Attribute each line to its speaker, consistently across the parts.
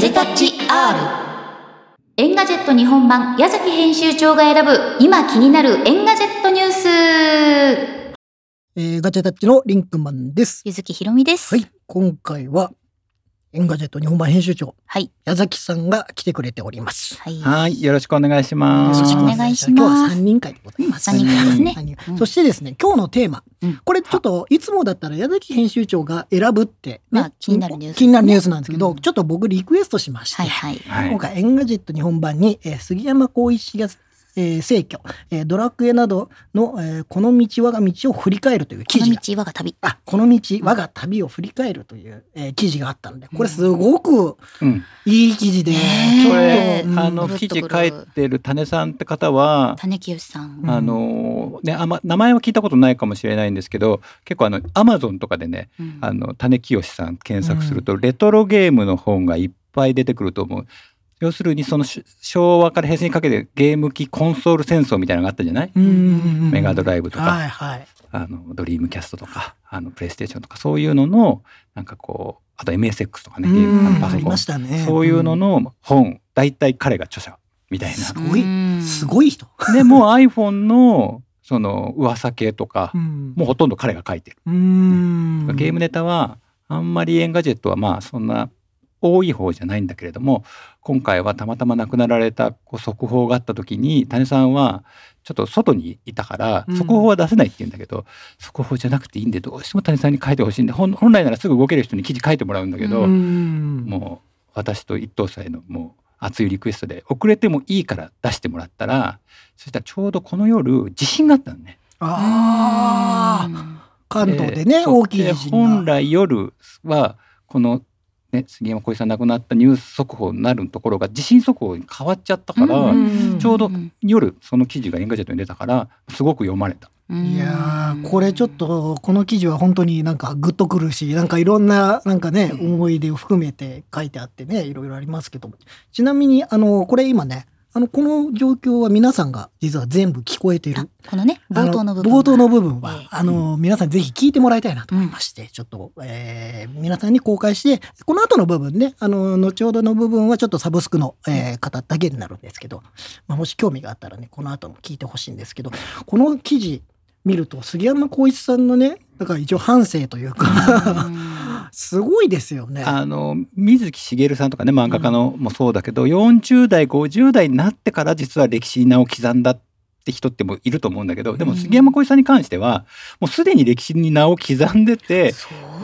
Speaker 1: ジタッチ R エンガジェット日本版矢崎編集長が選ぶ今気になるエンガジェットニュース
Speaker 2: えーガチャタッチのリンクマンです。
Speaker 1: ゆずきひろみです
Speaker 2: はい、今回は、エンガジェット日本版編集長、
Speaker 1: はい
Speaker 2: 矢崎さんが来てくれております。
Speaker 1: はい
Speaker 3: はい、よろしくお願いしま
Speaker 1: よ
Speaker 3: す。
Speaker 1: ろしくお願いします
Speaker 2: 今日は三人会でございます。
Speaker 1: 三人
Speaker 3: 会です
Speaker 1: ね
Speaker 2: 三人
Speaker 1: うん
Speaker 2: そしてですね、今日のテーマ、
Speaker 1: うん
Speaker 2: これちょっといつもだったら矢崎編集長が選ぶってね、
Speaker 1: まあ気になるニュース
Speaker 2: 気になるニュースなんですけど、
Speaker 1: うん
Speaker 2: ちょっと僕リクエストしまして、
Speaker 1: はいはい
Speaker 3: は
Speaker 2: 今回エンガジェット日本版に、えー杉山浩一氏が、えー、逝去、えードラクエなどの、えーこの道我が道を振り返るという記
Speaker 1: こ
Speaker 2: 事が
Speaker 1: の道我が旅
Speaker 2: あこの道我が旅を振り返るという、えー記事があったのでこれすごく
Speaker 3: うん、
Speaker 2: いい記事で、
Speaker 1: ねえ
Speaker 2: ちょっ、
Speaker 3: ことれ、
Speaker 1: うん
Speaker 3: あの
Speaker 1: 戻って
Speaker 3: 記
Speaker 1: くる
Speaker 3: 事書いてる種さんって方は、
Speaker 1: 種清さん
Speaker 2: うん
Speaker 3: あのねあんま名前は聞いたことないかもしれないんですけど、結構あのアマゾンとかでね、
Speaker 1: うん
Speaker 3: あの種清さん検索するとレトロゲームの本がいっぱい出てくると思う。要するにそのし昭和から平成にかけてゲーム機コンソール戦争みたいなのがあったじゃない？
Speaker 2: うん
Speaker 3: メガドライブとか
Speaker 2: はいはい
Speaker 3: あのドリームキャストとかあのプレイステーションとかそういうののなんかこうあと MSX とかねゲーム
Speaker 2: うん
Speaker 3: パ
Speaker 2: あ
Speaker 3: ソ
Speaker 2: り
Speaker 3: コン
Speaker 2: ましたね
Speaker 3: そういうのの本、大体彼が著者みたい
Speaker 2: す
Speaker 3: な。
Speaker 2: ごい
Speaker 1: うん
Speaker 2: すごい人、
Speaker 3: でもう iPhone のその噂系とか、
Speaker 2: ん
Speaker 3: もうほとんど彼が書いてる。
Speaker 2: うん
Speaker 3: ゲームネタはあんまりエンガジェットはまあそんな多い方じゃないんだけれども今回はたまたま亡くなられたこう速報があった時に種さんはちょっと外にいたから
Speaker 2: うん
Speaker 3: 速報は出せないって言うんだけど、速報じゃなくていいんでどうしても種さんに書いてほしいんでほん本来ならすぐ動ける人に記事書いてもらうんだけど、
Speaker 1: う
Speaker 2: うん
Speaker 3: もう私と一等歳のもう熱いリクエストで遅れてもいいから出してもらったらそしたらちょうどこの夜地震があったのね。
Speaker 2: あー関東でね、
Speaker 3: えーそう
Speaker 2: 大きい地
Speaker 3: で
Speaker 2: 震が
Speaker 3: 本来夜はこの、ね、杉山浩一さん亡くなったニュース速報になるところが地震速報に変わっちゃったから、
Speaker 1: うんうんうん
Speaker 3: ちょうど夜その記事がエンガジェットに出たからすごく読まれた。
Speaker 1: うん
Speaker 2: いやーこれちょっとこの記事は本当になんかグッとくるしなんかいろんななんかね
Speaker 3: うん
Speaker 2: 思い出を含めて書いてあってねいろいろありますけどもちなみにあのこれ今ねあのこの状況は皆さんが実は全部聞こえてい
Speaker 1: あ
Speaker 2: る
Speaker 1: このね冒頭の部分
Speaker 2: あの冒頭の部分は、
Speaker 1: ええ
Speaker 2: あの皆さんぜひ聞いてもらいたいなと思いまして、ちょっと、えー皆さんに公開してこの後の部分ねあの後ほどの部分はちょっとサブスクの、えー方だけになるんですけど、まあ、もし興味があったらねこの後も聞いてほしいんですけどこの記事見ると杉山浩一さんのねだから一応反省というか すごいですよね。
Speaker 3: あの水木しげるさんとかね漫画家のもそうだけど、40代50代になってから実は歴史に名を刻んだって人ってもいると思うんだけどで
Speaker 1: う
Speaker 3: も
Speaker 1: ん
Speaker 3: 杉山浩一さんに関してはもうすでに歴史に名を刻んでて、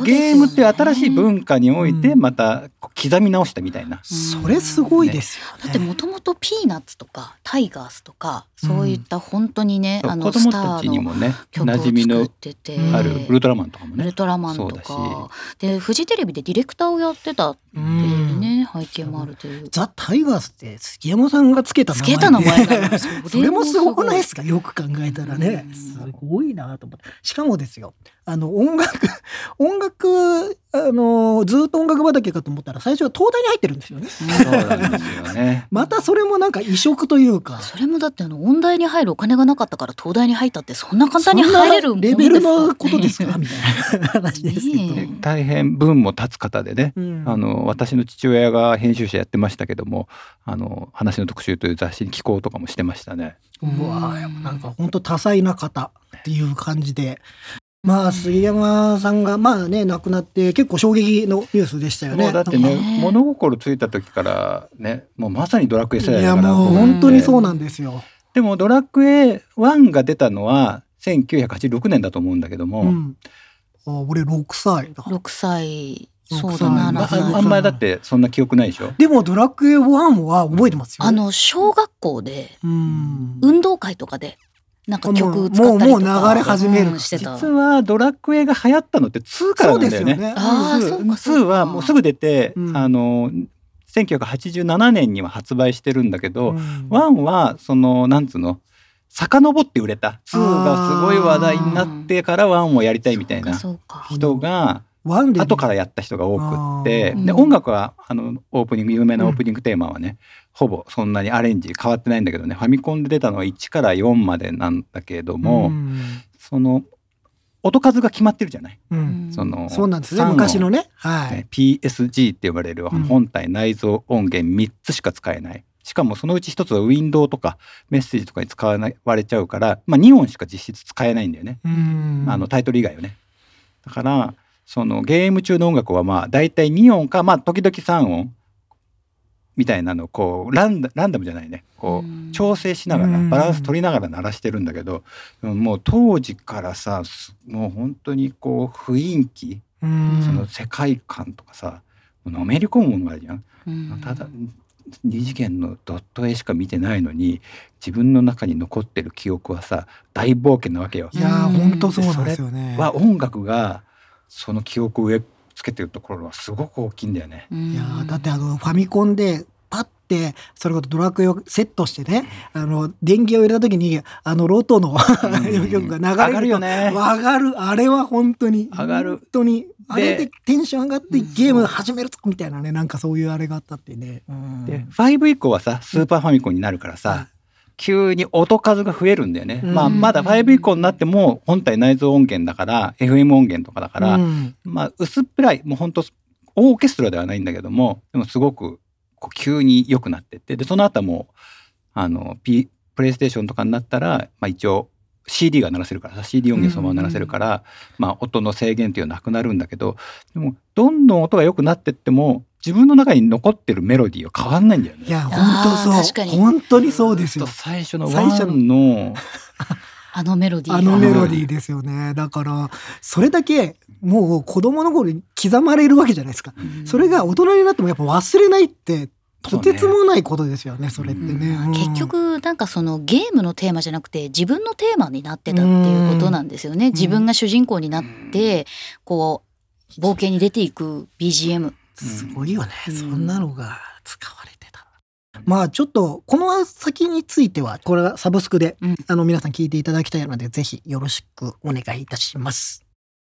Speaker 3: ゲームっていう新しい
Speaker 1: 化
Speaker 3: 文化において
Speaker 2: うん
Speaker 3: またこう刻み直したみたいな。
Speaker 2: それすごいです
Speaker 1: だっ
Speaker 2: よ
Speaker 1: て
Speaker 2: ね。
Speaker 1: もともとピーナッツとかタイガースとかそういった本当にね、
Speaker 3: そう
Speaker 1: あ
Speaker 3: 子
Speaker 1: のス
Speaker 3: 供
Speaker 1: タ
Speaker 3: た
Speaker 1: ー
Speaker 3: ちに
Speaker 1: の
Speaker 3: もね
Speaker 1: 曲
Speaker 3: 馴
Speaker 1: を
Speaker 3: 染み
Speaker 1: 作っ
Speaker 3: の
Speaker 1: てて、
Speaker 2: の
Speaker 3: あるウルトラマンとかも
Speaker 1: ウ
Speaker 3: ね
Speaker 1: ルトラマンと
Speaker 3: そう
Speaker 1: かでフジテレビでディレクターをやってたっていうね、背景もあるという。
Speaker 2: ザ・タイガースって杉山さんがつけた名
Speaker 1: つ
Speaker 2: 前で
Speaker 1: けた名前なのに
Speaker 2: それもすごくないですすかよく考えたらね
Speaker 1: うん
Speaker 2: すごいなと思ってしかもですよあの音楽 音楽あのずっと音楽畑かと思ったら最初は東大に入ってるんですよね
Speaker 3: そうなんですよね
Speaker 2: またそれもなんか異色というか
Speaker 1: それもだってあの音大に入るお金がなかったから東大に入ったってそんな簡単に入れ
Speaker 2: そ
Speaker 1: るも
Speaker 2: んな
Speaker 1: んで
Speaker 2: レ
Speaker 1: す
Speaker 2: ベルのことです かみたいな話ですけど、
Speaker 1: ねえ
Speaker 3: 大変文も立つ方でね
Speaker 2: うん
Speaker 3: あの私の父親が編集者やってましたけども「あの話の特集」という雑誌に寄稿とかもしてましたね。
Speaker 2: うわーなんか本当多彩な方っていう感じで。まあ杉山さんがまあね亡くなって結構衝撃のニュースでしたよね。
Speaker 3: もうだって
Speaker 1: ね
Speaker 3: ね物心ついた時からねもうまさにドラクエ世代
Speaker 2: い
Speaker 3: だ
Speaker 2: や
Speaker 3: から
Speaker 2: もう
Speaker 3: と思って
Speaker 2: 本当にそうなんですよ。
Speaker 3: でも「ドラクエ1」が出たのは1986年だと思うんだけども、
Speaker 2: うん、あ俺6歳だ。
Speaker 1: 6歳
Speaker 2: 六
Speaker 1: そ
Speaker 2: 歳
Speaker 1: うだな
Speaker 3: ま
Speaker 1: ら
Speaker 3: あ
Speaker 2: 六歳
Speaker 3: ああんまりだってそんな記憶ないでしょ
Speaker 2: でもドラクエ1は覚えてますよ。
Speaker 1: あ、の小学校で
Speaker 2: うん。
Speaker 1: 運動会とかでなんか曲使ったりとか
Speaker 2: もうもう流れ始める
Speaker 1: うんしてた
Speaker 3: 実はドラクエが流行ったのって2から
Speaker 2: そう
Speaker 3: な
Speaker 2: で
Speaker 3: んだ
Speaker 2: す
Speaker 3: よ
Speaker 2: よ
Speaker 3: ね。
Speaker 2: ね。
Speaker 1: あー
Speaker 2: うん
Speaker 1: そうか
Speaker 3: 2はもうすぐ出て、
Speaker 2: うん
Speaker 3: あの1987年には発売してるんだけど、
Speaker 2: うん
Speaker 3: 1はそのなんつうの遡って売れた2がすごい話題になってから1をやりたいみたいな
Speaker 1: そうかそうか
Speaker 3: 人が
Speaker 2: ワンでね
Speaker 3: 後からやった人が多くって
Speaker 2: あ
Speaker 1: ー
Speaker 3: で
Speaker 1: うん
Speaker 3: 音楽はあのオープニング有名なオープニングテーマはね、ほぼそんなにアレンジ変わってないんだけどねファミコンで出たのは1から4までなんだけど
Speaker 2: う
Speaker 3: も、
Speaker 2: ん
Speaker 3: その音数が決まってるじゃない。
Speaker 2: うん
Speaker 3: その
Speaker 2: そうなんですね
Speaker 3: 3音
Speaker 2: 昔のねはい
Speaker 3: ね PSG って呼ばれる
Speaker 2: うん
Speaker 3: 本体内蔵音源3つしか使えない、しかもそのうち1つはウィンドウとかメッセージとかに使われちゃうから、まあ、2音しか実質使えないんだよね、
Speaker 2: うん
Speaker 3: あのタイトル以外はねだからそのゲーム中の音楽はまあ大体2音かまあ時々3音みたいなのをこうランダランダムじゃないねこう
Speaker 1: うん
Speaker 3: 調整しながら
Speaker 2: うん
Speaker 3: バランス取りながら鳴らしてるんだけどもう当時からさすもう本当にこう雰囲気
Speaker 2: うん
Speaker 3: その世界観とかさのめり込むものがあるじゃん。
Speaker 1: うん
Speaker 3: ただ二次元のドット絵しか見てないのに自分の中に残ってる記憶はさ大冒険なわけよ。
Speaker 2: いやー本当そうなんですよね
Speaker 3: は音楽がその記憶を植え付けてるところはすごく大きいんだよね。
Speaker 1: うん
Speaker 2: いやーだってあのファミコンでパッてそれこそドラクエをセットしてねあの電源を入れた時にあのロトの 曲が流れ
Speaker 3: 上がるよね。
Speaker 2: 上がるあれは本当に
Speaker 3: 上がる
Speaker 2: 本当にあれで
Speaker 3: で
Speaker 2: テンション上がってゲーム始めるぞみたいなねなんかそういうあれがあったってね、うん
Speaker 3: で5以降はさスーパーファミコンになるからさ、急に音数が増えるんだよね。
Speaker 2: うん
Speaker 3: まあまだ5以降になっても本体内蔵音源だから FM 音源とかだから、
Speaker 2: うん
Speaker 3: まあ、薄っぺらいもう本当オーケストラではないんだけどもでもすごくこう急に良くなってってでその後はもうあの、P、プレイステーションとかになったら、まあ、一応 CD が鳴らせるからさ CD 音源そのまま鳴らせるから、まあ、音の制限っていうのはなくなるんだけどでもどんどん音が良くなってっても自分の中に残ってるメロディーは変わんないんだよね。
Speaker 2: いや本
Speaker 1: あー
Speaker 2: 当
Speaker 1: 確
Speaker 2: そ
Speaker 1: か
Speaker 2: う
Speaker 1: に
Speaker 2: 本当にそうです
Speaker 3: ずっ
Speaker 2: よ
Speaker 3: と最初の
Speaker 2: 最初の
Speaker 3: 1の
Speaker 1: あのメロディー
Speaker 2: あのメロディーですよねだからそれだけもう子供の頃に刻まれるわけじゃないですか
Speaker 1: うん
Speaker 2: それが大人になってもやっぱ忘れないって
Speaker 3: そ
Speaker 2: と
Speaker 3: うね
Speaker 2: てつもないことですよねそれってね、
Speaker 1: う
Speaker 2: う
Speaker 1: ん
Speaker 2: ん
Speaker 1: 結局なんかそのゲームのテーマじゃなくて自分のテーマになってたっていうことなんですよね、
Speaker 2: ん
Speaker 1: 自分が主人公になってこう冒険に出ていく BGM
Speaker 2: すごいよね、
Speaker 1: うん
Speaker 2: そんなのが使われてたまあちょっとこの先についてはこれはサブスクで、
Speaker 1: うん
Speaker 2: あの皆さん聞いていただきたいのでぜひよろしくお願いいたします